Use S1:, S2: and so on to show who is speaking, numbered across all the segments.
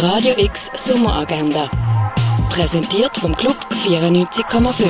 S1: Radio X Sommeragenda. Präsentiert vom Club 94,5.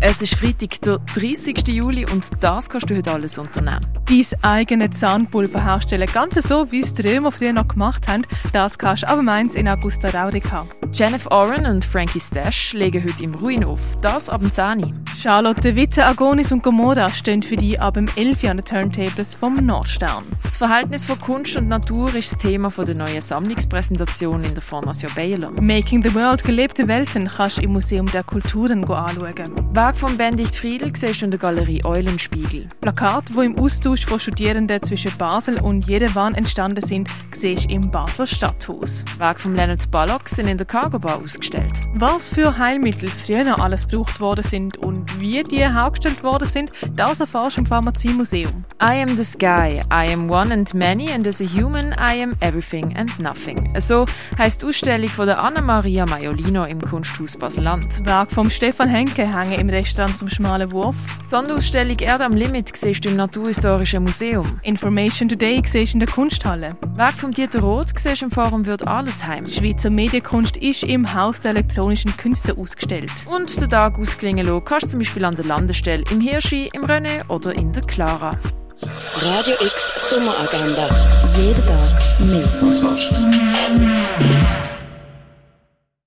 S2: Es ist Freitag, der 30. Juli und das kannst du heute alles unternehmen.
S3: Dein eigene Zahnpulver herstellen, ganz so wie es die Römer früher noch gemacht haben, das kannst du aber meins in Augusta Raurica.
S2: Jennifer Oren und Frankie Stash legen heute im Ruin auf. Das ab dem 10 Uhr.
S3: Charlotte Witte, Agonis und Gomorra stehen für dich ab dem 11. Uhr an den Turntables vom Nordstern.
S2: Das Verhältnis von Kunst und Natur ist das Thema von der neuen Sammlungspräsentation in der Formation Baylor.
S3: Making the World, gelebte Welten, kannst du im Museum der Kulturen go anschauen.
S2: Weg vom Bendicht Friedel siehst du in der Galerie Eulenspiegel.
S3: Plakate, wo im Austausch von Studierenden zwischen Basel und Jerewan entstanden sind, siehst du im Basler Stadthaus.
S2: Weg vom Leonard Ballock sind in der Cargo Bar ausgestellt.
S3: Was für Heilmittel früher noch alles gebraucht worden sind und wie die hergestellt worden sind, das erfährst du im Pharmaziemuseum.
S2: I am the sky, I am one and many and as a human I am everything and nothing. So heisst die Ausstellung von der Anna-Maria Maiolino im Kunsthaus Basel-Land.
S3: Werk von Stefan Henke hängen im Restaurant zum schmalen Wurf.
S2: Die Sonderausstellung Erde am Limit siehst du im Naturhistorischen Museum.
S3: Information Today siehst du in der Kunsthalle.
S2: Weg vom Dieter Roth siehst du im Forum Würth Allesheim.
S3: Schweizer Medienkunst ist im Haus der elektronischen Künste ausgestellt.
S2: Und den Tag ausklingen lassen kannst du zum Beispiel an der Landestelle, im Hirschi, im René oder in der Clara.
S1: Radio X Sommeragenda. Jeden Tag mehr.
S4: Kontrast.